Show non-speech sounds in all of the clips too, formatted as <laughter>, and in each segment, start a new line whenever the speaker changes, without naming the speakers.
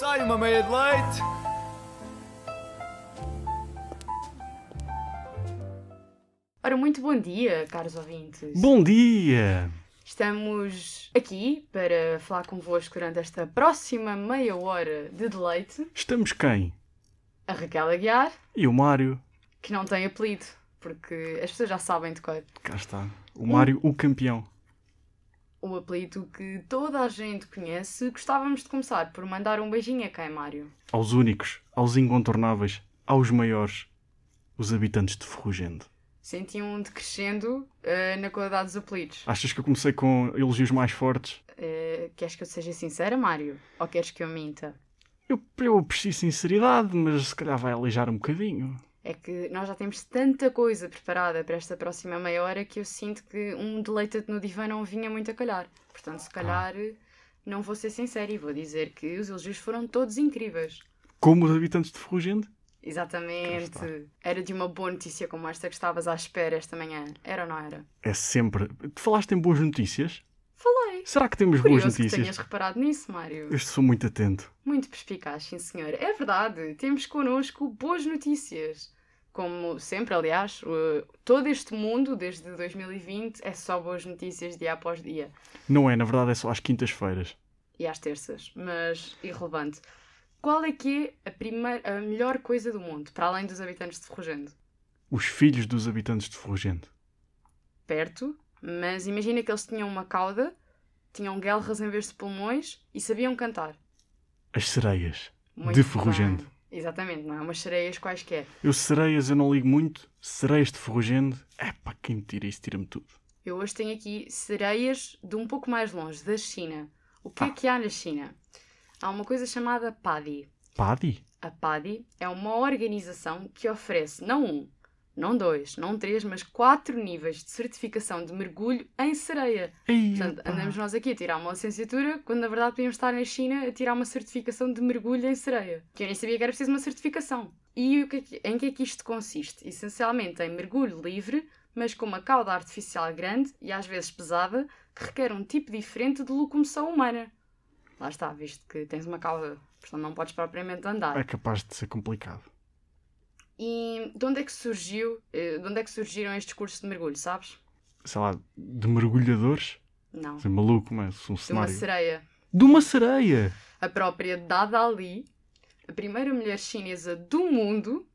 time I made light.
Ora, muito bom dia, caros ouvintes.
Bom dia!
Estamos aqui para falar convosco durante esta próxima meia hora de deleite.
Estamos quem?
A Raquel Aguiar,
E o Mário?
que não tem apelido, porque as pessoas já sabem de qual.
Cá está. O Mário, o campeão.
O apelido que toda a gente conhece. Gostávamos de começar por mandar um beijinho a quem, Mário?
Aos únicos, aos incontornáveis, aos maiores. Os habitantes de Ferrugendo.
Senti um decrescendo eh, na qualidade dos apelidos.
Achas que eu comecei com elogios mais fortes?
Eh, queres que eu seja sincera, Mário? Ou queres que eu minta?
Eu, eu aprecio sinceridade, mas se calhar vai aleijar um bocadinho.
É que nós já temos tanta coisa preparada para esta próxima meia hora que eu sinto que um deleita-te no divã não vinha muito a calhar. Portanto, se calhar
Ah.
não vou ser sincera e vou dizer que os elogios foram todos incríveis.
Como os habitantes de Ferrugendo? Cá
Exatamente. Era de uma boa notícia como esta que estavas à espera esta manhã. Era ou não era?
É sempre. Tu falaste em boas notícias?
Falei.
Será que temos boas
Curioso que
notícias?
tenhas reparado nisso, Mário.
Eu sou muito atento.
Muito perspicaz, sim senhor. É verdade, temos connosco boas notícias. Como sempre, aliás, o- todo este mundo, desde 2020, é só boas notícias dia após dia.
Não é, na verdade é só às quintas-feiras.
E às terças, mas irrelevante. Qual é que é a, primeira, a melhor coisa do mundo, para além dos habitantes de Ferrugendo?
Os filhos dos habitantes de Ferrugendo.
Perto, mas imagina que eles tinham uma cauda, tinham guelras em vez de pulmões e sabiam cantar.
As sereias.
Muito
de
bem.
Ferrugendo.
Exatamente, não é? Umas sereias quaisquer.
Eu sereias, eu não ligo muito. Sereias de ferrugendo. Epá, quem me tira isso, tira-me tudo.
Eu hoje tenho aqui sereias de um pouco mais longe, da China. O que é
Ah.
que há na China? Há uma coisa chamada PADI.
Paddy?
A PADI é uma organização que oferece não um, não dois, não três, mas quatro níveis de certificação de mergulho em sereia.
Ei,
Portanto,
epá.
andamos nós aqui a tirar uma licenciatura, quando na verdade podíamos estar na China a tirar uma certificação de mergulho em sereia. Que eu nem sabia que era preciso uma certificação. E o que é que- em que é que isto consiste? Essencialmente em mergulho livre, mas com uma cauda artificial grande e às vezes pesada, que requer um tipo diferente de locomoção humana. Lá está, visto que tens uma cauda, portanto não podes propriamente andar.
É capaz de ser complicado.
E de onde é que surgiu, eh, de onde é que surgiram estes cursos de mergulho, sabes?
Sei lá, de mergulhadores?
Não.
Isso é maluco, mas é um
De uma
cenário.
sereia.
De uma sereia!
A própria Dada Ali, a primeira mulher chinesa do mundo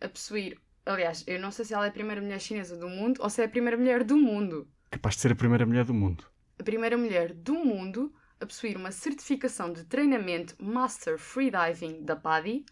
a possuir. Aliás, eu não sei se ela é a primeira mulher chinesa do mundo ou se é a primeira mulher do mundo.
Capaz de ser a primeira mulher do mundo.
A primeira mulher do mundo a possuir uma certificação de treinamento Master Freediving da PADI.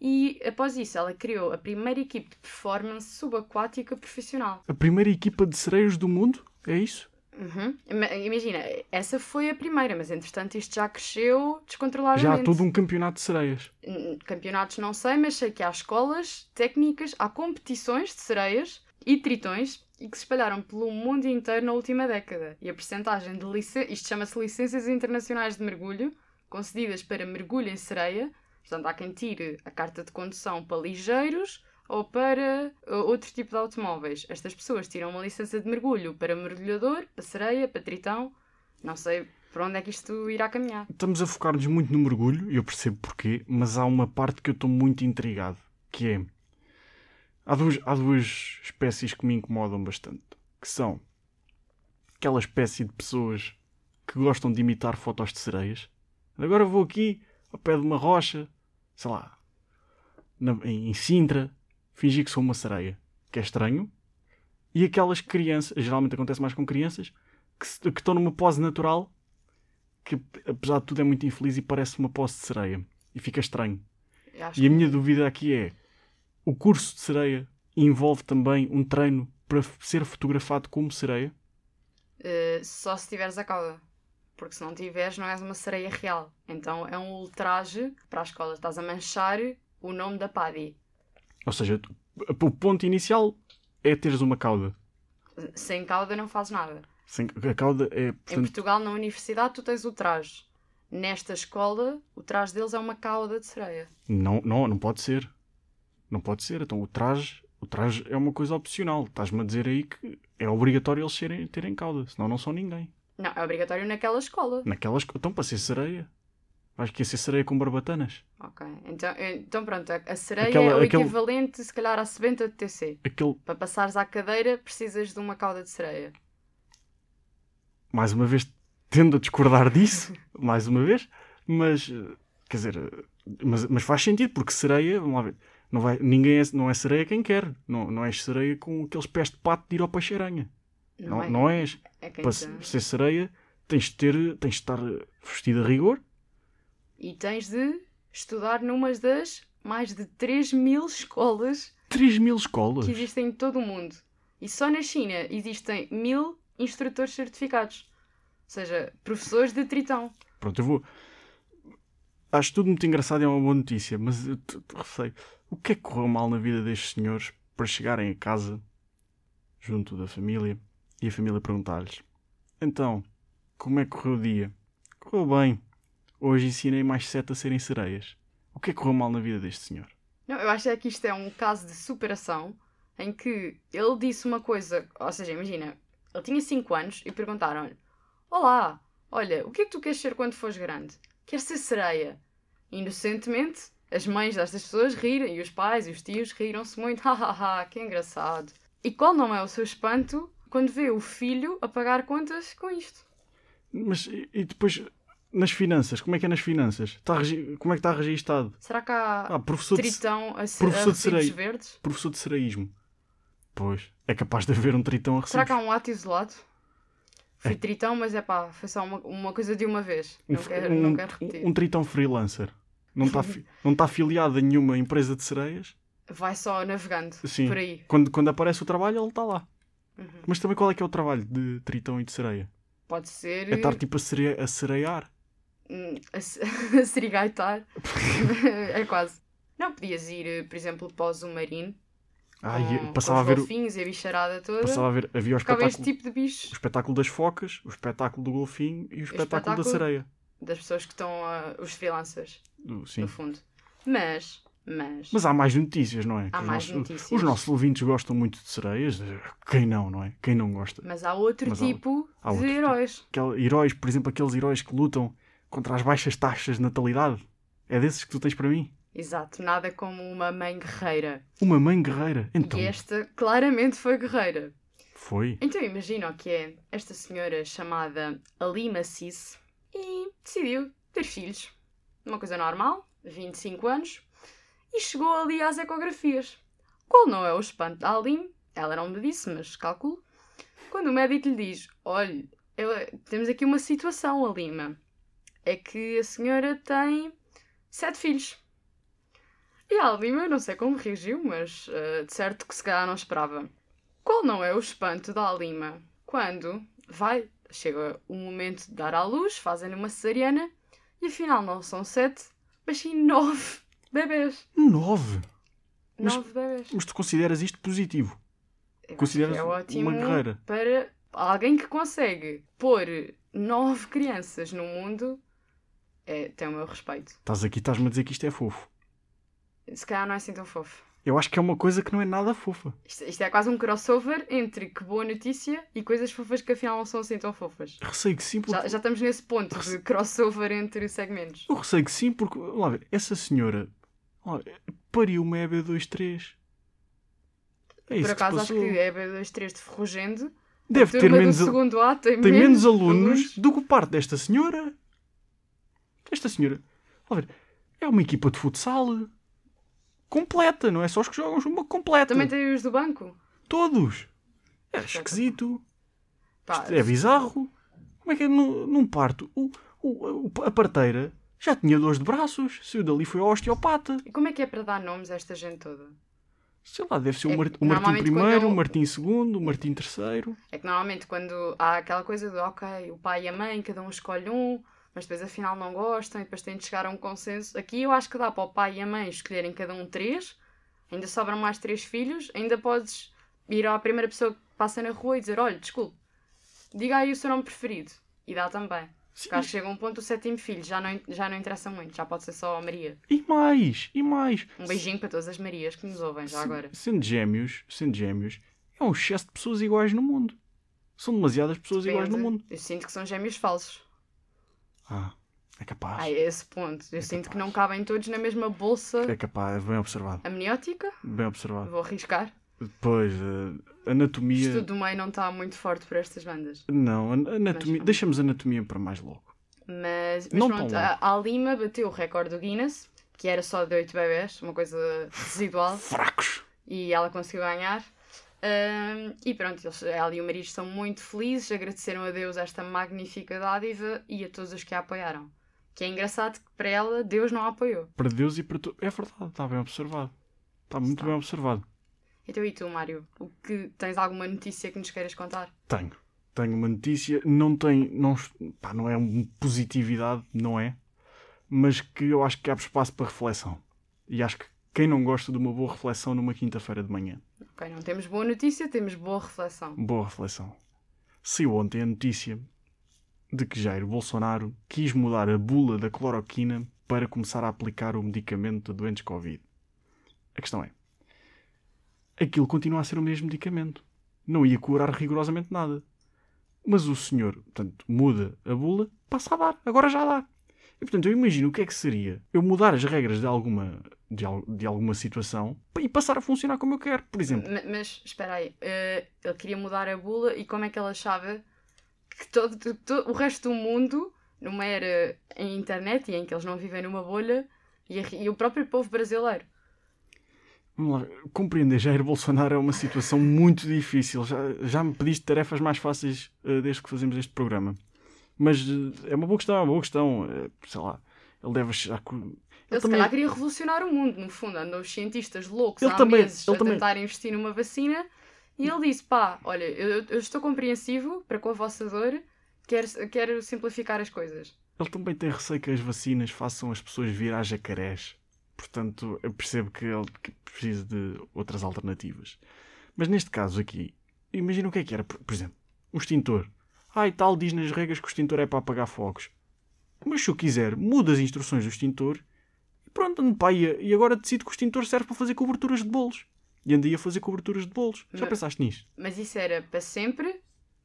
E após isso, ela criou a primeira equipe de performance subaquática profissional.
A primeira equipa de sereias do mundo? É isso?
Uhum. Ima- Imagina, essa foi a primeira, mas entretanto isto já cresceu descontroladamente.
Já há todo um campeonato de sereias.
Hum, Campeonatos não sei, mas sei que há escolas técnicas, há competições de sereias e tritões e que se espalharam pelo mundo inteiro na última década. E a percentagem de licenças, isto chama-se licenças internacionais de mergulho, concedidas para mergulho em sereia. Portanto, há quem tire a carta de condução para ligeiros ou para uh, outro tipo de automóveis. Estas pessoas tiram uma licença de mergulho para mergulhador, para sereia, para tritão. Não sei para onde é que isto irá caminhar.
Estamos a focar-nos muito no mergulho, e eu percebo porquê, mas há uma parte que eu estou muito intrigado, que é... Há duas, há duas espécies que me incomodam bastante, que são aquela espécie de pessoas que gostam de imitar fotos de sereias. Agora vou aqui, ao pé de uma rocha, sei lá, na- em, em Sintra, fingir que sou uma sereia, que é estranho. E aquelas crianças, geralmente acontece mais com crianças, que se- que estão numa pose natural que apesar de tudo é muito infeliz e parece uma posse de sereia. E fica estranho.
Eu acho
E a minha dúvida aqui é: o curso de sereia envolve também um treino para f- ser fotografado como sereia?
Uh, só se tiveres a cauda. Porque se não tiveres, não és uma sereia real. Então é um ultraje para a escola. Estás a manchar o nome da Paddy.
Ou seja, tu- o ponto inicial é teres uma cauda.
Sem cauda não fazes nada.
Sem- A cauda é.
em
Portanto,
Portugal, na universidade, tu tens o traje. Nesta escola, o traje deles é uma cauda de sereia.
não, não, não pode ser. Não pode ser. Então o traje, o traje é uma coisa opcional. Estás-me a dizer aí que é obrigatório eles serem- terem cauda, senão não são ninguém.
Não, é obrigatório naquela escola.
Naquelas. Então, para ser sereia. Acho que ia ser sereia com barbatanas.
Ok. Então, então pronto, a- a sereia
Aquela-
é o
aquele-
equivalente, se calhar, à sebenta de TC.
Aquele,
Para passares à cadeira, precisas de uma cauda de sereia.
mais uma vez, tendo a discordar disso, mais uma vez, mas, eh, quer dizer, eh, mas, mas faz sentido, porque sereia, vamos lá ver, não, vai, ninguém é, não é sereia quem quer, não, não és sereia com aqueles pés de pato de ir ao peixe-aranha. Não, não, és.
É que
Para
então-
se- ser sereia, tens de, ter, tens de estar eh, vestida a rigor,
E tens de estudar numas das mais de 3 mil escolas
3 mil escolas.
que existem em todo o mundo. E só na China existem mil instrutores certificados. Ou seja, professores de tritão.
Pronto, eu vou. Acho tudo muito engraçado e é uma boa notícia, mas eu te- te receio. O que é que correu mal na vida destes senhores para chegarem a casa junto da família e a família perguntar-lhes: Então, como é que correu o dia? Correu bem. Hoje ensinei mais sete a serem sereias. O que é que correu mal na vida deste senhor?
Não, eu acho é que isto é um caso de superação em que ele disse uma coisa, ou seja, imagina, ele tinha 5 anos e perguntaram-lhe: Olá, olha, o que é que tu queres ser quando fores grande? Queres ser sereia? Inocentemente, as mães destas pessoas riram, e os pais e os tios riram-se muito, <laughs> hahaha, que engraçado. E qual não é o seu espanto quando vê o filho a pagar contas com isto?
Mas e e depois, nas finanças? Como é que é nas finanças? Está regi- Como é que está registado?
Será que há
Ah, professor de,
tritão a, se- a
professor de
recibos
sereia.
verdes?
professor de seraísmo. Pois, é capaz de haver um tritão a
Será
receber.
que há um ato isolado? Fui tritão, mas é pá, foi só uma, uma coisa de uma vez.
Um,
Não
fr-
quero,
um-
não quero repetir.
um tritão freelancer. Não está não tá afiliado a nenhuma empresa de sereias.
Vai só navegando
um- Sim.
por aí.
Quando, quando aparece o trabalho, ele está lá.
Uhum.
Mas também qual é que é o trabalho de tritão e de sereia?
Pode ser
É estar tipo a, sere... a sereiar.
hum, <laughs> a, se- a
<laughs>
serigaitar. é quase. Não, podias ir, eh, por exemplo, para o Zumarino.
Ai,
com,
eu passava,
com
a
os
ver, o-
golfinhos e a bicharada toda.
passava a ver. Havia
Ah,
o
um Ficava
espetáculo,
este tipo de bichos.
o espetáculo das focas, o espetáculo do golfinho e o espetáculo, da
espetáculo-
sereia.
Das pessoas que estão, a- os freelancers,
Do- Sim.
no fundo. Mas, mas,
Mas há mais notícias, não é? Que
há
os
mais
nossos-
notícias.
Os nossos ouvintes gostam muito de sereias. Quem não, não é? Quem não gosta?
Mas há outro
Mas há outro-
tipo
há
de
outro tipo.
heróis.
Aquele, heróis, por exemplo, aqueles heróis que lutam contra as baixas taxas de natalidade. É desses que tu tens para mim?
Exato, nada como uma mãe guerreira.
Uma mãe guerreira. Então,
E esta claramente foi guerreira.
foi.
Então imagina o que é esta senhora chamada Ali Macice e decidiu ter filhos. Uma coisa normal, 25 anos, e chegou ali às ecografias. Qual não é o espanto da Aline? Ela não me disse, mas calculo. Quando o médico lhe diz: Olhe, eu- temos aqui uma situação, Alima. É que a senhora tem sete filhos. E a Alima, não sei como reagiu, mas eh, de certo que se calhar não esperava. Qual não é o espanto da Alima quando vai, chega o momento de dar à luz, fazem-lhe uma cesariana e afinal não são sete, mas sim nove <laughs> bebês.
Nove! Mas-
Nove bebês.
Mas tu consideras isto positivo?
Eu
Consideras
acho que é ótimo
uma guerreira?
para alguém que consegue pôr nove crianças no mundo, é, tem o meu respeito.
Estás aqui, estás-me a dizer que isto é fofo.
Se calhar não é assim tão fofo.
Eu acho que é uma coisa que não é nada fofa.
Isto, isto é quase um crossover entre que boa notícia e coisas fofas que afinal não são assim tão fofas.
Receio que sim, porque.
Já, já estamos nesse ponto de crossover entre segmentos.
Eu receio que sim, porque. vamos Lá, ver, essa senhora. vamos lá ver, pariu uma EB23. É isso
Por acaso
que se
acho
passou.
que é B23 de Ferrugendo.
Deve ter
Turma
menos.
do
al-
segundo A tem,
tem menos alunos
Uhum. alunos.
do que parte desta senhora. Esta senhora, a ver, é uma equipa de futsal completa, não é só os que jogam, uma completa.
Também tem os do banco.
Todos. É esquisito,
Pá,
é bizarro. Como é que é num, num parto? O, o- o- a parteira já tinha dores de braços, saiu dali foi ao osteopata.
e como é que é para dar nomes a esta gente toda?
Sei lá, deve ser o,
É,
Mar- o Martim
normalmente quando
I,
é
o
um-
Martim II, o Martim III.
É que normalmente quando há aquela coisa do ok, o pai e a mãe, cada um escolhe um, mas depois afinal não gostam e depois têm de chegar a um consenso. Aqui eu acho que dá para o pai e a mãe escolherem cada um três, ainda sobram mais três filhos, ainda podes ir à primeira pessoa que passa na rua e dizer: olha, desculpe, diga aí o seu nome preferido. E dá também.
Sim,
Porque acho que chega um ponto o sétimo filho, já não, já não interessa muito, já pode ser só a Maria.
E mais, e mais.
Um beijinho para todas as Marias que nos ouvem já
Se-
agora.
Sendo gêmeos, sendo gêmeos, é um excesso de pessoas iguais no mundo. São demasiadas pessoas iguais no
Depende.
mundo.
Eu sinto que são gêmeos falsos.
Ah, É capaz.
A esse ponto. Eu
É
sinto que
capaz.
não cabem todos na mesma bolsa
É capaz, bem observado.
amniótica.
Bem observado.
Vou arriscar.
Depois, eh, anatomia.
Isto do meio não está muito forte para estas bandas.
Não, an- anatomia.
pronto.
Deixamos anatomia para mais logo.
Mas, mas
Não
pronto,
tão
a, a Lima bateu o recorde do Guinness, que era só de 8 bebés, uma coisa
<laughs>
residual,
Fracos!
e ela conseguiu ganhar. Ahm, e pronto, eles, ela e o marido estão muito felizes, agradeceram a Deus esta magnífica dádiva e a todos os que a apoiaram. Que é engraçado que para ela Deus não a apoiou.
Para Deus e para tu. É verdade, está bem observado. Está muito
Está.
bem observado.
Então e tu, Mário? O que, tens alguma notícia que nos queiras contar?
Tenho. Tenho uma notícia. Não tem. Não, pá, não é uma positividade, não é? Mas que eu acho que abre espaço para reflexão. E acho que quem não gosta de uma boa reflexão numa quinta-feira de manhã.
Ok, não temos boa notícia, temos boa reflexão.
Boa reflexão. Saiu ontem a notícia de que Jair Bolsonaro quis mudar a bula da cloroquina para começar a aplicar o medicamento a doentes Covid. A questão é: aquilo continua a ser o mesmo medicamento. Não ia curar rigorosamente nada. Mas o senhor, portanto, muda a bula, passa a dar, agora já dá. E portanto, eu imagino o que é que seria eu mudar as regras de alguma, de, al- de alguma situação e passar a funcionar como eu quero. Por exemplo,
Ma- mas espera aí, eh, ele queria mudar a bula e como é que ele achava que todo, to- to- o resto do mundo, numa era em internet e em que eles não vivem numa bolha, e, a re- e o próprio povo brasileiro?
Vamos lá, compreender Jair Bolsonaro é uma situação muito difícil. Já, já me pediste tarefas mais fáceis eh, desde que fazemos este programa. Mas eh, é uma boa questão, é uma boa questão. eh, sei lá, ele deve achar que. Ele,
Ele se
também,
calhar queria revolucionar o mundo, no fundo. Andam os cientistas loucos
Ele
há
também-
meses
ele
a
também-
tentar investir numa vacina e ele disse: pá, olha, eu, eu estou compreensivo para com a vossa dor, quero, quero simplificar as coisas.
ele também tem receio que as vacinas façam as pessoas virar jacarés. Portanto, eu percebo que ele que precisa de outras alternativas. Mas neste caso aqui, imagina o que é que era, por, por exemplo, um extintor. Ah, e tal, diz nas regras que o extintor é para apagar fogos. Mas se eu quiser, mudo as instruções do extintor e pronto, ando para aí. E agora decido que o extintor serve para fazer coberturas de bolos. E andei a fazer coberturas de bolos. Já
Mas-
pensaste nisto?
Mas isso era para sempre?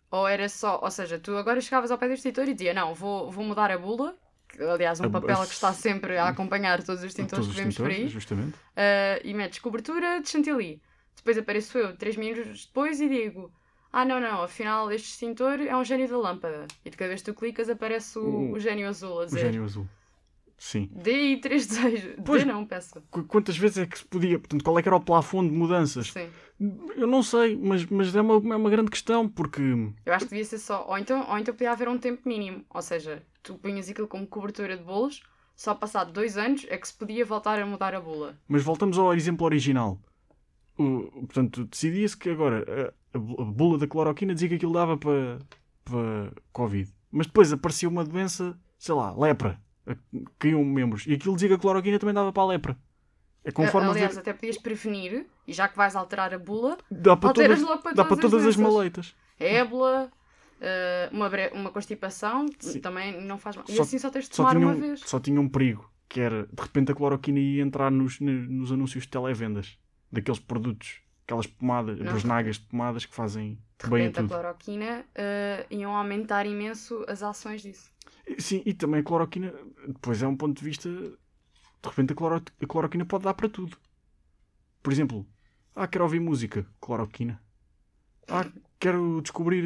Ou era só. Ou seja, tu agora chegavas ao pé do extintor e dizia: Não, vou, vou mudar a bula. que, Aliás, um
A-
papel
a-
que
<laughs>
está sempre a acompanhar todos os extintores
Todos os
que vemos então por aí.
extintores, justamente.
Ah, e metes cobertura de chantilly. Depois apareço eu, três minutos depois, e digo: Ah, não, não, afinal este extintor é um gênio da lâmpada. E de cada vez que tu clicas, aparece o,
O-
o gênio azul a
O
dizer:
gênio azul. Sim.
Dê aí três desejos.
Pois-
Dê não, peça.
Qu- quantas vezes é que se podia, portanto, qual é que era o plafond de mudanças?
Sim.
Eu não sei, mas, mas é, uma, é uma grande questão, porque
Eu acho que devia ser só. Ou então, ou então podia haver um tempo mínimo. Ou seja, tu punhas aquilo como cobertura de bolos, só passado dois anos é que se podia voltar a mudar a bula.
Mas voltamos ao exemplo original. O, portanto, decidia-se que agora a, a bu- a bula da cloroquina dizia que aquilo dava para, para Covid. Mas depois aparecia uma doença, sei lá, lepra. A- Caíam membros. E aquilo dizia que a cloroquina também dava para a lepra. É conforme a
Aliás,
ver-
até podias prevenir, e já que vais alterar a bula,
dá para
alteras
todas,
logo para
dá
todas,
para todas as,
doenças.
maleitas.
Ébola, eh, uma, bre- uma constipação,
Sim.
também não faz mal. E
Só-
assim só tens de
Só
tomar
tinha,
uma
um,
vez.
só tinha um perigo, que era de repente a cloroquina ia entrar nos, ne- nos anúncios de televendas daqueles produtos, aquelas pomadas,
Não.
brosnagas de pomadas que fazem
De
bem a
repente a
tudo.
cloroquina eh, iam aumentar imenso as ações disso.
Sim, e também a cloroquina, depois é um ponto de vista. De repente a, cloro, a cloroquina pode dar para tudo. Por exemplo, ah, quero ouvir música, cloroquina. Ah, quero descobrir.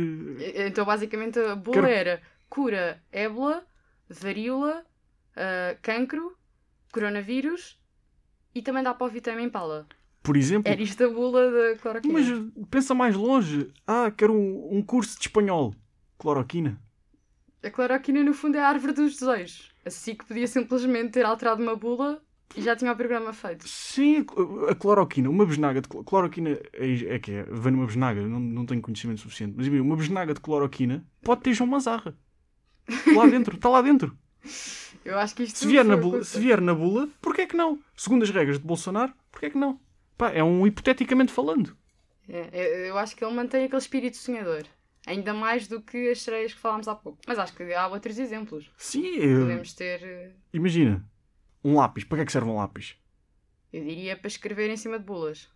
E-
eh,
Então basicamente a bula
Quero-
era cura ébola, varíola, eh, cancro, coronavírus e também dá para o vitamina impala.
Por exemplo,
Era isto a bula da cloroquina.
mas pensa mais longe. Ah, quero um, um curso de espanhol, cloroquina.
A cloroquina no fundo é a árvore dos desejos. Assim que podia simplesmente ter alterado uma bula e já tinha o programa feito.
Sim, a cl- a cloroquina, uma besnaga de cl- cloroquina é, é que é, vem numa besnaga, não, não tenho conhecimento suficiente, mas uma besnaga de cloroquina pode ter João Mazarra. Lá dentro, está
<laughs>
lá dentro.
Eu acho que isto
Se vier, na
foi o
bula,
que-
se vier na bula, porquê é que não? Segundo as regras de Bolsonaro, porquê é que não? Pá, é um hipoteticamente falando.
É, eu- eu acho que ele mantém aquele espírito sonhador. Ainda mais do que as sereias que falámos há pouco. Mas acho que há outros exemplos.
Sim, eu-
Podemos ter, eh,
imagina, um lápis, para que é que serve um lápis?
eu diria, para escrever em cima de bulas.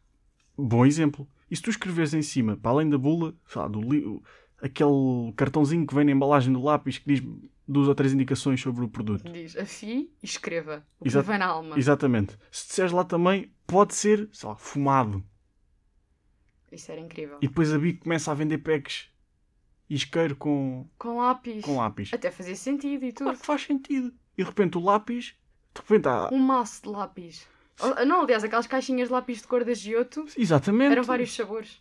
Bom exemplo. E se tu escreveres em cima, para além da bula, sei lá, do li- aquele cartãozinho que vem na embalagem do lápis que diz duas ou três indicações sobre o produto.
Diz afie e escreva. O que
Exato.
vem na alma.
Exatamente. Se disseres lá também, pode ser, sei lá, fumado.
Isso era incrível.
E depois a Bic começa a vender packs e isqueiro com,
Com lápis.
com lápis.
Até fazia sentido e tudo.
Claro que faz sentido. E de repente o lápis, de repente há.
Um maço de lápis. Oh, Não, aliás, aquelas caixinhas de lápis de cor da Giotto
Exatamente. Eh,
eram vários sabores.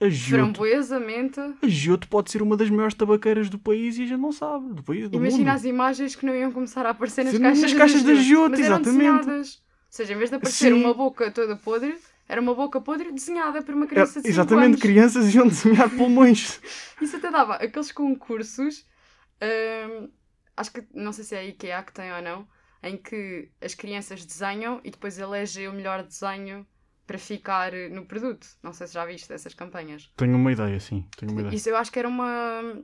A Giotto.
Framboesa, menta.
A Giotto pode ser uma das maiores tabaqueiras do país e a gente não sabe. Do país, do
Imagina
mundo.
as imagens que não iam começar a aparecer nas
Sim,
caixas,
nas caixas da Giotto,
mas eram
exatamente.
desenhadas. Ou seja, em vez de aparecer
Sim.
uma boca toda podre, era uma boca podre desenhada por uma
É,
criança de 5
exatamente,
anos.
crianças iam desenhar pulmões.
Isso até dava aqueles concursos, hum, acho que não sei se é a IKEA que tem ou não, em que as crianças desenham e depois elegem o melhor desenho para ficar eh, no produto. Não sei se já viste essas campanhas.
Tenho uma ideia, sim. Tenho uma ideia.
Isso é eu acho que era uma,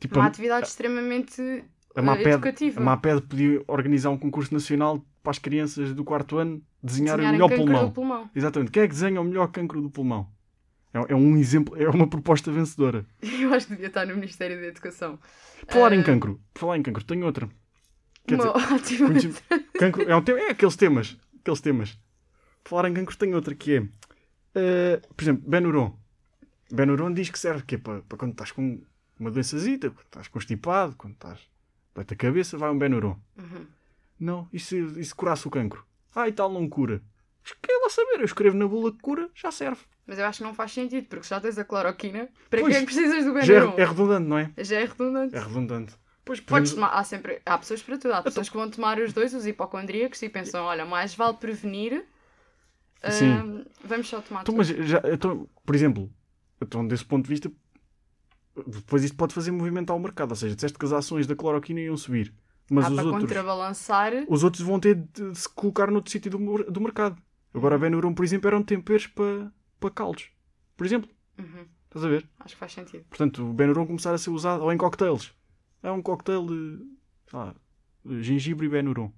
tipo,
uma
a,
atividade extremamente eh,
a MAPED,
educativa.
a MAPED podia organizar um concurso nacional para as crianças do quarto ano desenharem o
Desenharem
melhor
cancro
pulmão.
do pulmão.
Exatamente. Quem é que desenha o melhor cancro do pulmão? É, é um exemplo, é uma proposta vencedora.
<laughs> Eu acho que devia estar no Ministério da Educação.
Por Falar em
Ah.
cancro, por falar em cancro, tenho outra. Quer
uma
dizer,
<laughs> ótima.
conheci- cancro é, um tema, é aqueles temas. Aqueles temas. Por Falar em cancro, tenho outra que é. eh, por exemplo, Benuron. Benuron diz que serve que é para, para quando estás com uma doençazita, quando estás constipado, quando estás. Dói-te a cabeça, vai um Benuron.
Uhum.
Não, e se, e se curasse o cancro? Ah, e tal, não cura. Mas Quer lá saber? Eu escrevo na bula que cura, já serve.
Mas eu acho que não faz sentido, porque já tens a cloroquina. Para
Pois.
que é que precisas do
Já é-
Benuron?
é, redundante, não é?
Já é redundante.
É redundante. Então- Pois,
Podes
podemos-
tomar, há sempre há pessoas para tudo. Há pessoas que vão tomar os dois, os hipocondríacos, e pensam: olha, mais vale prevenir. ah,
Sim.
vamos só tomar
Então,
tudo.
mas já, então, por exemplo, então, desse ponto de vista, depois isto pode fazer movimentar o mercado. Ou seja, disseste que as ações da cloroquina iam subir, mas
Há
os
para
outros,
contrabalançar.
os outros vão ter de se colocar noutro sítio do, mer- do mercado. Agora, a Benuron, por exemplo, eram temperos para, para caldos. Por exemplo,
Uhum,
estás a ver?
Acho que faz sentido.
Portanto, o Benuron começar a ser usado ou em cocktails. É um cocktail de, sei lá, de gengibre e Benuron.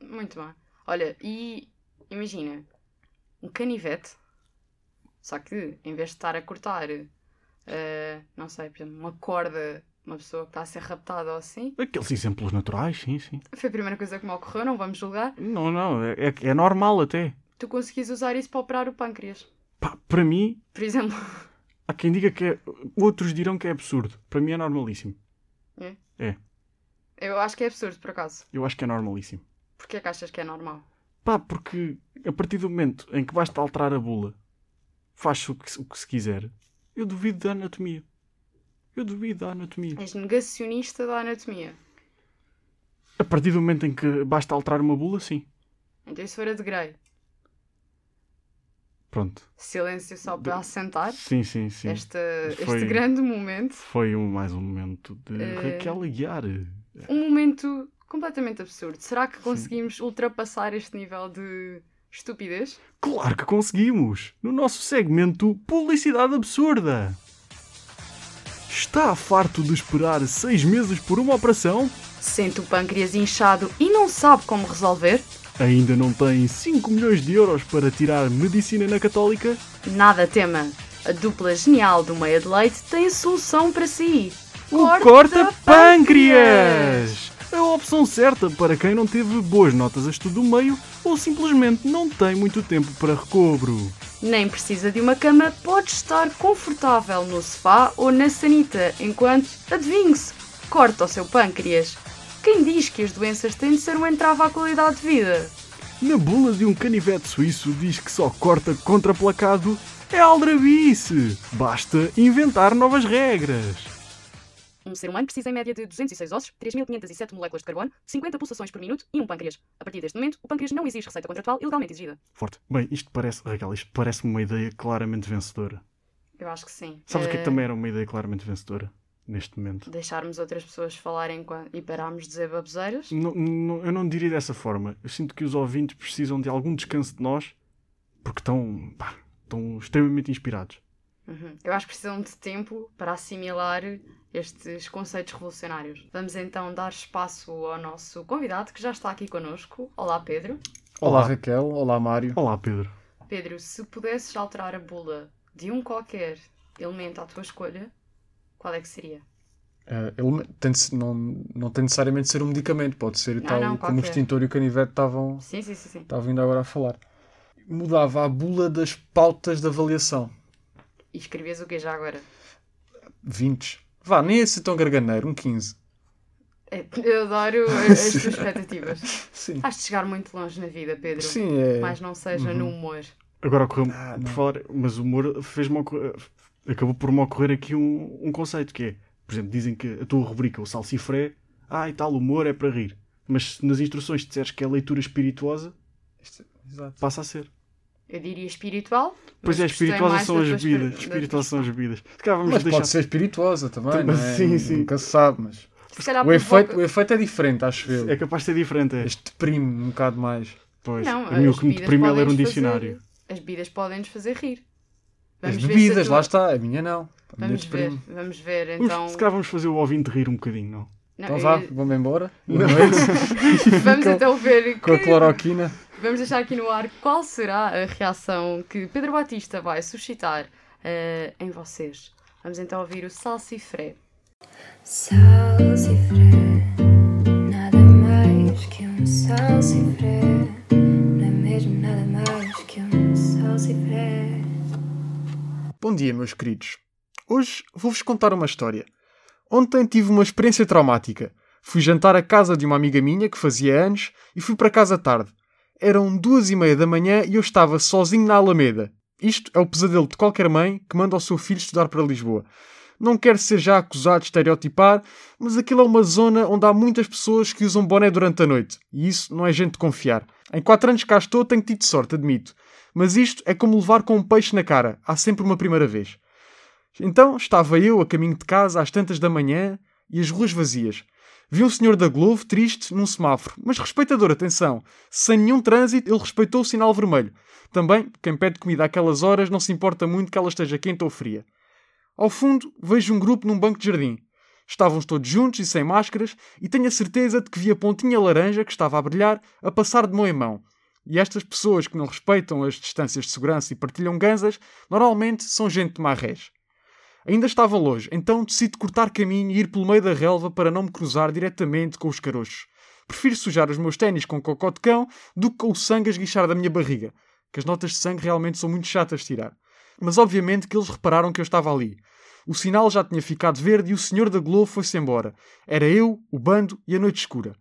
Muito bem. Olha, e imagina um canivete, só que em vez de estar a cortar, ah, não sei, por exemplo, uma corda, uma pessoa que está a ser raptada ou assim,
Aqueles exemplos naturais, sim, sim.
Foi a primeira coisa que me ocorreu, não vamos julgar.
Não, não, é, é- é normal até.
Tu conseguis usar isso para operar o pâncreas.
Pá, para mim,
Por exemplo, <laughs>
Há quem diga que é. Outros dirão que é absurdo. Para mim é normalíssimo.
eu acho que é absurdo, por acaso.
Eu acho que é normalíssimo.
Porque é que achas que é normal?
Pá, porque a partir do momento em que basta alterar a bula, faz-se o que, se- o que se quiser, eu duvido da anatomia. Eu duvido da anatomia.
És negacionista da anatomia.
A partir do momento em que basta alterar uma bula, sim.
Então isso era de Grey.
Pronto.
Silêncio só
De-
para assentar
Sim, sim, sim.
esta,
Foi-
este grande momento.
Foi um, mais um momento de
Eh,
Raquel Aguiar.
Um momento completamente absurdo. Será que conseguimos ultrapassar este nível de estupidez?
Claro que conseguimos! No nosso segmento Publicidade Absurda! Está farto de esperar seis meses por uma operação?
Sente o pâncreas inchado e não sabe como resolver?
Ainda não tem 5 milhões de euros para tirar medicina na Católica?
Nada tema. A dupla genial do Meia de Leite tem a solução para si.
O Corta Pâncreas! A opção certa para quem não teve boas notas a estudo do meio ou simplesmente não tem muito tempo para recobro.
Nem precisa de uma cama, pode estar confortável no sofá ou na sanita, enquanto, adivinhe-se, corta o seu pâncreas. Quem diz que as doenças têm de ser um entrave à qualidade de vida?
Na bula de um canivete suíço diz que só corta contraplacado é aldrabice. Basta inventar novas regras.
Um ser humano precisa em média de 206 ossos, 3.507 moléculas de carbono, 50 pulsações por minuto e um pâncreas. A partir deste momento, o pâncreas não exige receita contratual ilegalmente exigida.
Forte. Bem, isto parece, Raquel, isto parece uma ideia claramente vencedora.
Eu acho que sim.
Sabes o que é
Eh,
que também era uma ideia claramente vencedora neste momento?
Deixarmos outras pessoas falarem quan- e pararmos de dizer baboseiras.
Não- não- eu não diria dessa forma. Eu sinto que os ouvintes precisam de algum descanso de nós porque estão, pá, estão extremamente inspirados.
Uhum. Eu acho que precisam de tempo para assimilar estes conceitos revolucionários. Vamos então dar espaço ao nosso convidado que já está aqui connosco. Olá, Pedro.
Olá,
Olá.
Raquel, olá Mário.
Olá, Pedro.
Pedro, se pudesses alterar a bula de um qualquer elemento à tua escolha, Qual é que seria?
Eh, ele tem de se- não, não tem necessariamente de ser um medicamento, pode ser
Não,
tal
não,
como o
qualquer.
extintor e o canivete estavam
Sim, sim, sim, sim.
estavam ainda agora a falar. Mudava a bula das pautas de avaliação.
E escrevias o que já agora?
20. Vá, nem esse tão garganeiro, um 15.
É, Eu adoro as tuas expectativas.
Sim.
Has de chegar muito longe na vida, Pedro.
Sim, é.
Mas não seja no humor.
Agora ocorreu
Ah,
por
não.
falar, mas o humor fez-me ocorrer- acabou por me ocorrer aqui um, um conceito que é, por exemplo, dizem que a tua rubrica, o salsifré, ah e tal, humor é para rir. Mas se nas instruções disseres que é leitura espirituosa,
Isto- Exato.
passa a ser.
Eu diria espiritual.
Pois
mas
é,
gostei
espirituosa
mais
são
da
as
tua esper-
bebidas.
da-
Espirituosa são as bebidas. Se calhar vamos
Mas
deixar.
pode ser espirituosa também,
Também,
não é?
sim, sim.
Nunca se sabe, mas...
Se calhar
O efeito, o
provoca-
efeito é diferente, acho eu.
É capaz de ser diferente, é.
Este deprime um bocado mais.
Pois,
Não,
a mim o
as
que me
bebidas
deprime é ler um
podem-nos
dicionário.
fazer- As bebidas podem-nos fazer rir.
As
ver se a
bebidas,
tua-
lá está. A minha não. A minha
Vamos ver,
deprime.
vamos ver,
Vamos-
então.
Se calhar vamos fazer o ouvinte rir um bocadinho, não?
Não,
Então
eu-
vá, vamos embora. Boa
<laughs>
noite.
<laughs> vamos
com-
então ver.
Com a
que-
cloroquina.
Vamos deixar aqui no ar qual será a reação que Pedro Batista vai suscitar eh, em vocês. Vamos então ouvir o Salsifré.
Salsifré, nada mais que um salsifré. Não é mesmo nada mais que um salsifré.
Bom dia, meus queridos. Hoje vou-vos contar uma história. Ontem tive uma experiência traumática. Fui jantar à casa de uma amiga minha que fazia anos e fui para casa tarde. Eram duas e meia da manhã e eu estava sozinho na Alameda. Isto é o pesadelo de qualquer mãe que manda o seu filho estudar para Lisboa. Não quero ser já acusado de estereotipar, mas aquilo é uma zona onde há muitas pessoas que usam boné durante a noite. E isso não é gente de confiar. Em quatro anos cá estou, tenho tido sorte, admito. Mas isto é como levar com um peixe na cara. Há sempre uma primeira vez. Então estava eu a caminho de casa às tantas da manhã e as ruas vazias. Vi um senhor da Glovo triste num semáforo, mas respeitador, atenção. Sem nenhum trânsito, ele respeitou o sinal vermelho. Também, quem pede comida àquelas horas não se importa muito que ela esteja quente ou fria. Ao fundo, vejo um grupo num banco de jardim. Estavam todos juntos e sem máscaras, e tenho a certeza de que vi a pontinha laranja que estava a brilhar a passar de mão em mão. E estas pessoas que não respeitam as distâncias de segurança e partilham ganzas, normalmente são gente de má rés. Ainda estava longe, então decido cortar caminho e ir pelo meio da relva para não me cruzar diretamente com os carochos. Prefiro sujar os meus ténis com cocó de cão do que com o sangue a esguichar da minha barriga, que as notas de sangue realmente são muito chatas de tirar. Mas obviamente que eles repararam que eu estava ali. O sinal já tinha ficado verde e o senhor da Globo foi-se embora. Era eu, o bando e a noite escura.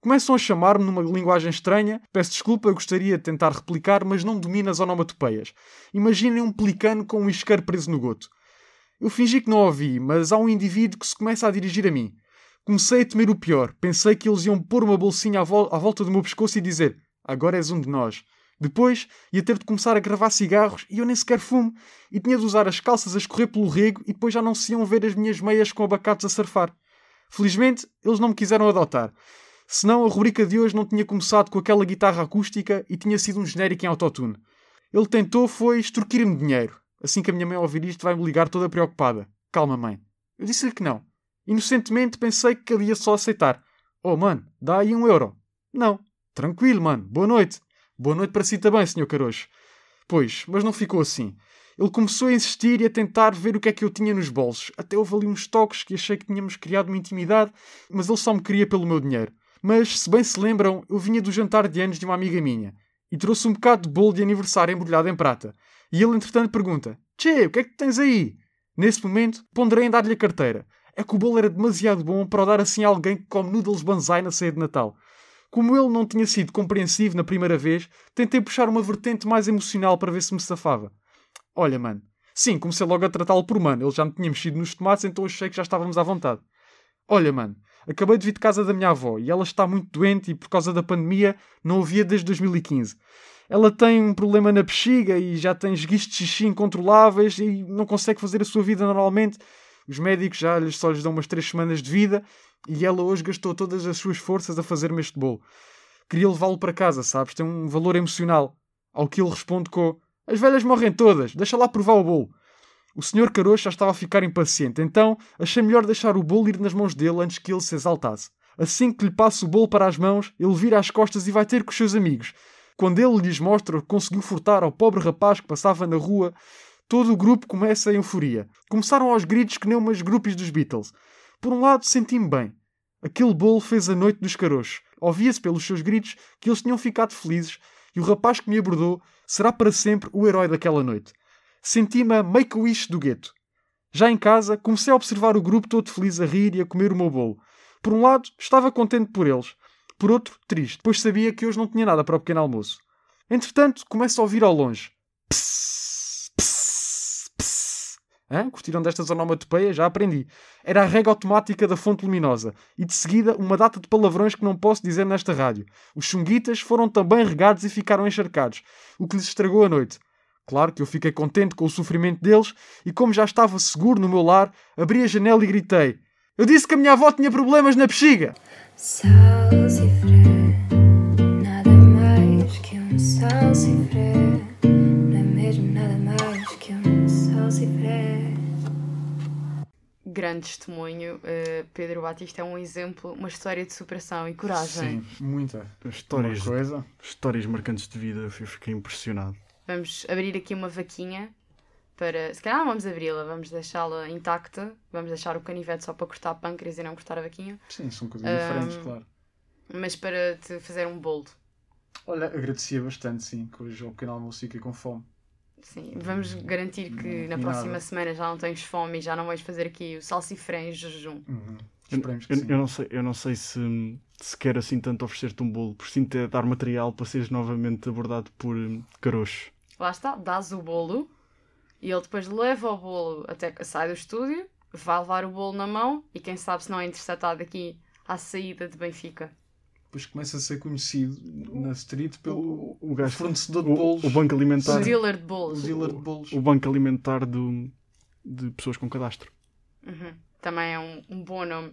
Começam a chamar-me numa linguagem estranha. Peço desculpa, eu gostaria de tentar replicar, mas não domino as onomatopeias. Imaginem um pelicano com um isqueiro preso no goto. Eu fingi que não ouvi, mas há um indivíduo que se começa a dirigir a mim. Comecei a temer o pior. Pensei que eles iam pôr uma bolsinha à, vol- à volta do meu pescoço e dizer: Agora és um de nós. Depois ia ter de começar a gravar cigarros e eu nem sequer fumo. E tinha de usar as calças a escorrer pelo rego e depois já não se iam ver as minhas meias com abacates a surfar. Felizmente, eles não me quiseram adotar. Senão a rubrica de hoje não tinha começado com aquela guitarra acústica e tinha sido um genérico em autotune. Ele tentou foi extorquir-me dinheiro. Assim que a minha mãe ouvir isto, vai-me ligar toda preocupada. Calma, mãe. Eu disse-lhe que não. Inocentemente pensei que ele ia só aceitar. Oh, mano, dá aí um euro. Não. Tranquilo, mano. Boa noite. Boa noite para si também, senhor Carocho. Pois, mas não ficou assim. Ele começou a insistir e a tentar ver o que é que eu tinha nos bolsos. Até houve ali uns toques que achei que tínhamos criado uma intimidade, mas ele só me queria pelo meu dinheiro. Mas, se bem se lembram, eu vinha do jantar de anos de uma amiga minha e trouxe um bocado de bolo de aniversário embrulhado em prata. E ele, entretanto, pergunta: Che, o que é que tens aí? Nesse momento, ponderei em dar-lhe a carteira. É que o bolo era demasiado bom para o dar assim a alguém que come noodles banzai na ceia de Natal. Como ele não tinha sido compreensivo na primeira vez, tentei puxar uma vertente mais emocional para ver se me safava. Olha, mano. Sim, comecei logo a tratá-lo por mano. Ele já me tinha mexido nos tomates, então achei que já estávamos à vontade. Olha, mano. Acabei de vir de casa da minha avó e ela está muito doente e por causa da pandemia não a via desde 2015. Ela tem um problema na bexiga e já tem esguichos de xixi incontroláveis e não consegue fazer a sua vida normalmente. Os médicos já lhes, só lhes dão umas três semanas de vida e ela hoje gastou todas as suas forças a fazer-me este bolo. Queria levá-lo para casa, sabes? Tem um valor emocional. Ao que ele responde com: As velhas morrem todas, deixa lá provar o bolo. O senhor Carocho já estava a ficar impaciente, então achei melhor deixar o bolo ir nas mãos dele antes que ele se exaltasse. Assim que lhe passo o bolo para as mãos, ele vira as costas e vai ter com os seus amigos. Quando ele lhes mostra o que conseguiu furtar ao pobre rapaz que passava na rua, Todo o grupo começa em euforia. Começaram aos gritos que nem umas grupos dos Beatles. Por um lado, senti-me bem. Aquele bolo fez a noite dos carochos. Ouvia-se pelos seus gritos que eles tinham ficado felizes e o rapaz que me abordou será para sempre o herói daquela noite. Senti-me a make-a-wish do gueto. Já em casa, comecei a observar o grupo todo feliz a rir e a comer o meu bolo. Por um lado, estava contente por eles. Por outro, triste, pois sabia que hoje não tinha nada para o pequeno almoço. Entretanto, começo a ouvir ao longe. Pss, pss, pss. Hã? Curtiram destas onomatopeias? Já aprendi. Era a regra automática da fonte luminosa. E de seguida, uma data de palavrões que não posso dizer nesta rádio. Os chunguitas foram também regados e ficaram encharcados, o que lhes estragou a noite. Claro que eu fiquei contente com o sofrimento deles e, como já estava seguro no meu lar, abri a janela e gritei: Eu disse que a minha avó tinha problemas na bexiga!
Salsifré, nada mais que um salsifré. Não é mesmo nada mais que um salsifré.
Grande testemunho. eh, Pedro Batista é um exemplo, uma história de superação e coragem.
Sim, muita.
Histórias,
Uma coisa.
histórias marcantes de vida, eu fiquei impressionado.
Vamos abrir aqui uma vaquinha para. Se calhar não vamos abri-la, vamos deixá-la intacta. Vamos deixar o canivete só para cortar pâncreas e não cortar a vaquinha.
Sim, são coisas diferentes, claro.
Mas para te fazer um bolo.
Olha, agradecia bastante, sim, que hoje ao pequeno almoço fiquei com fome.
Sim, vamos garantir que
Hum,
na
e
próxima
nada.
semana já não tens fome e já não vais fazer aqui o salsifré em jejum.
Uhum.
Eu,
Esperemos que
eu-
sim.
eu não sei, eu não sei se, se quero assim tanto oferecer-te um bolo, por sim te dar material para seres novamente abordado por hum, carocho.
Lá está, dás o bolo e ele depois leva o bolo até que sai do estúdio, vai levar o bolo na mão e quem sabe se não é interceptado aqui à saída de Benfica.
Depois começa a ser conhecido na street pelo
O gajo-
fornecedor de
O,
bolos,
o banco
O
alimentar,
dealer de
o
bolos.
dealer de bolos.
o banco alimentar do, de pessoas com cadastro.
Uhum. Também é um, um bom nome.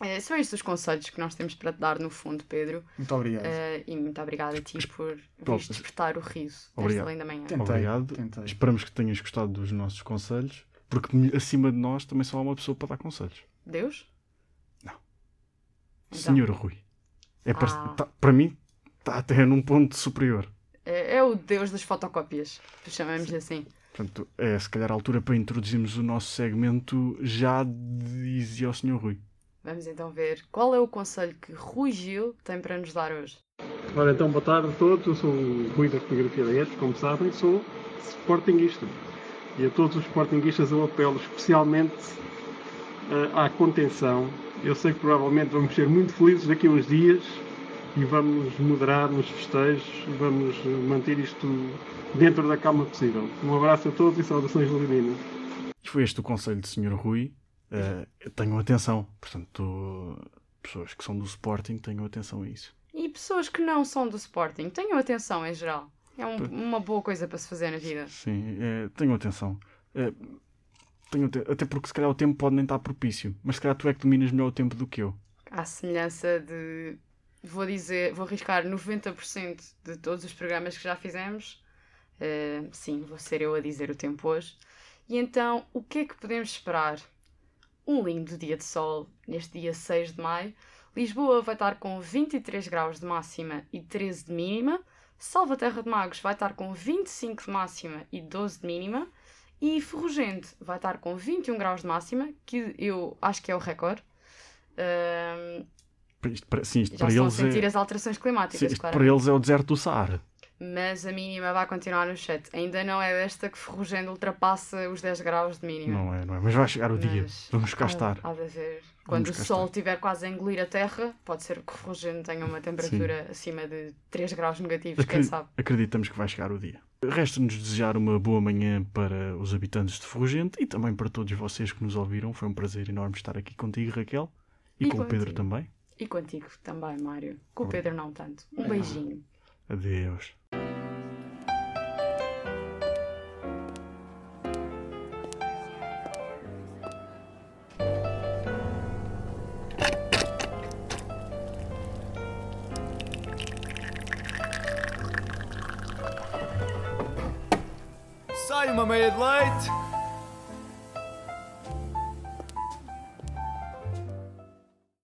Eh, são estes os conselhos que nós temos para te dar no fundo, Pedro.
Muito obrigado.
Eh, e muito obrigada a ti por
Bom,
vires despertar o riso desta
obrigado.
linda manhã.
Tentei,
Obrigado.
tentei.
Esperamos que tenhas gostado dos nossos conselhos, porque acima de nós também só há uma pessoa para dar conselhos.
Deus?
Não.
Então,
Senhor Rui. É par-
Ah.
tá- para mim, está até num ponto superior.
É, é o deus das fotocópias, chamamos-lhe assim.
Portanto, é se calhar a altura para introduzirmos o nosso segmento já dizia ao Senhor Rui.
Vamos então ver qual é o conselho que Rui Gil tem para nos dar hoje.
Ora então, boa tarde a todos. Eu sou o Rui da Fotografia da ESP, como sabem, sou sportinguista. E a todos os sportinguistas eu apelo especialmente eh, à contenção. Eu sei que provavelmente vamos ser muito felizes daqui a uns dias e vamos moderar nos festejos e vamos eh, manter isto dentro da calma possível. Um abraço a todos e saudações Leoninas.
E foi este o conselho do Senhor Rui. Eh, tenham atenção. Portanto, pessoas que são do Sporting, tenham atenção a isso.
E pessoas que não são do Sporting, tenham atenção em geral. É um- uma boa coisa para se fazer na vida.
Sim, eh, tenham atenção. Eh, tenham te- Até porque se calhar o tempo pode nem estar propício. Mas se calhar tu é que dominas melhor o tempo do que eu.
À semelhança de, vou dizer, vou arriscar 90% de todos os programas que já fizemos. Eh, sim, vou ser eu a dizer o tempo hoje. E então, o que é que podemos esperar? Um lindo dia de sol, neste dia 6 de maio. Lisboa vai estar com 23 graus de máxima e 13 de mínima. Salvaterra de Magos vai estar com 25 de máxima e 12 de mínima. E Ferrugente vai estar com 21 graus de máxima, que eu acho que é o recorde. Ehm, Ahm,
Para Isto, para, sim, isto
já
para
estão a
eles
sentir
é.
as alterações
sim,
climáticas,
isto
claro.
para eles é o deserto do Saara.
Mas a mínima vai continuar no chat. Ainda não é desta que Ferrugem ultrapassa os 10 graus de mínima.
Não é, não é? Mas vai chegar o dia.
Mas
Vamos cá
há-
estar.
Há de haver. Quando o
cá
sol
estar.
estiver quase a engolir a terra, pode ser que Ferrugem tenha uma temperatura acima de 3 graus negativos, quem
Acre-
sabe.
Acreditamos que vai chegar o dia. Resta-nos desejar uma boa manhã para os habitantes de Ferrugente e também para todos vocês que nos ouviram. Foi um prazer enorme estar aqui contigo, Raquel, e,
E
com o Pedro
contigo.
também.
E contigo também, Mário. Com o
Obrigado.
Pedro não tanto. Um beijinho.
Adeus.
Sai uma meia de leite,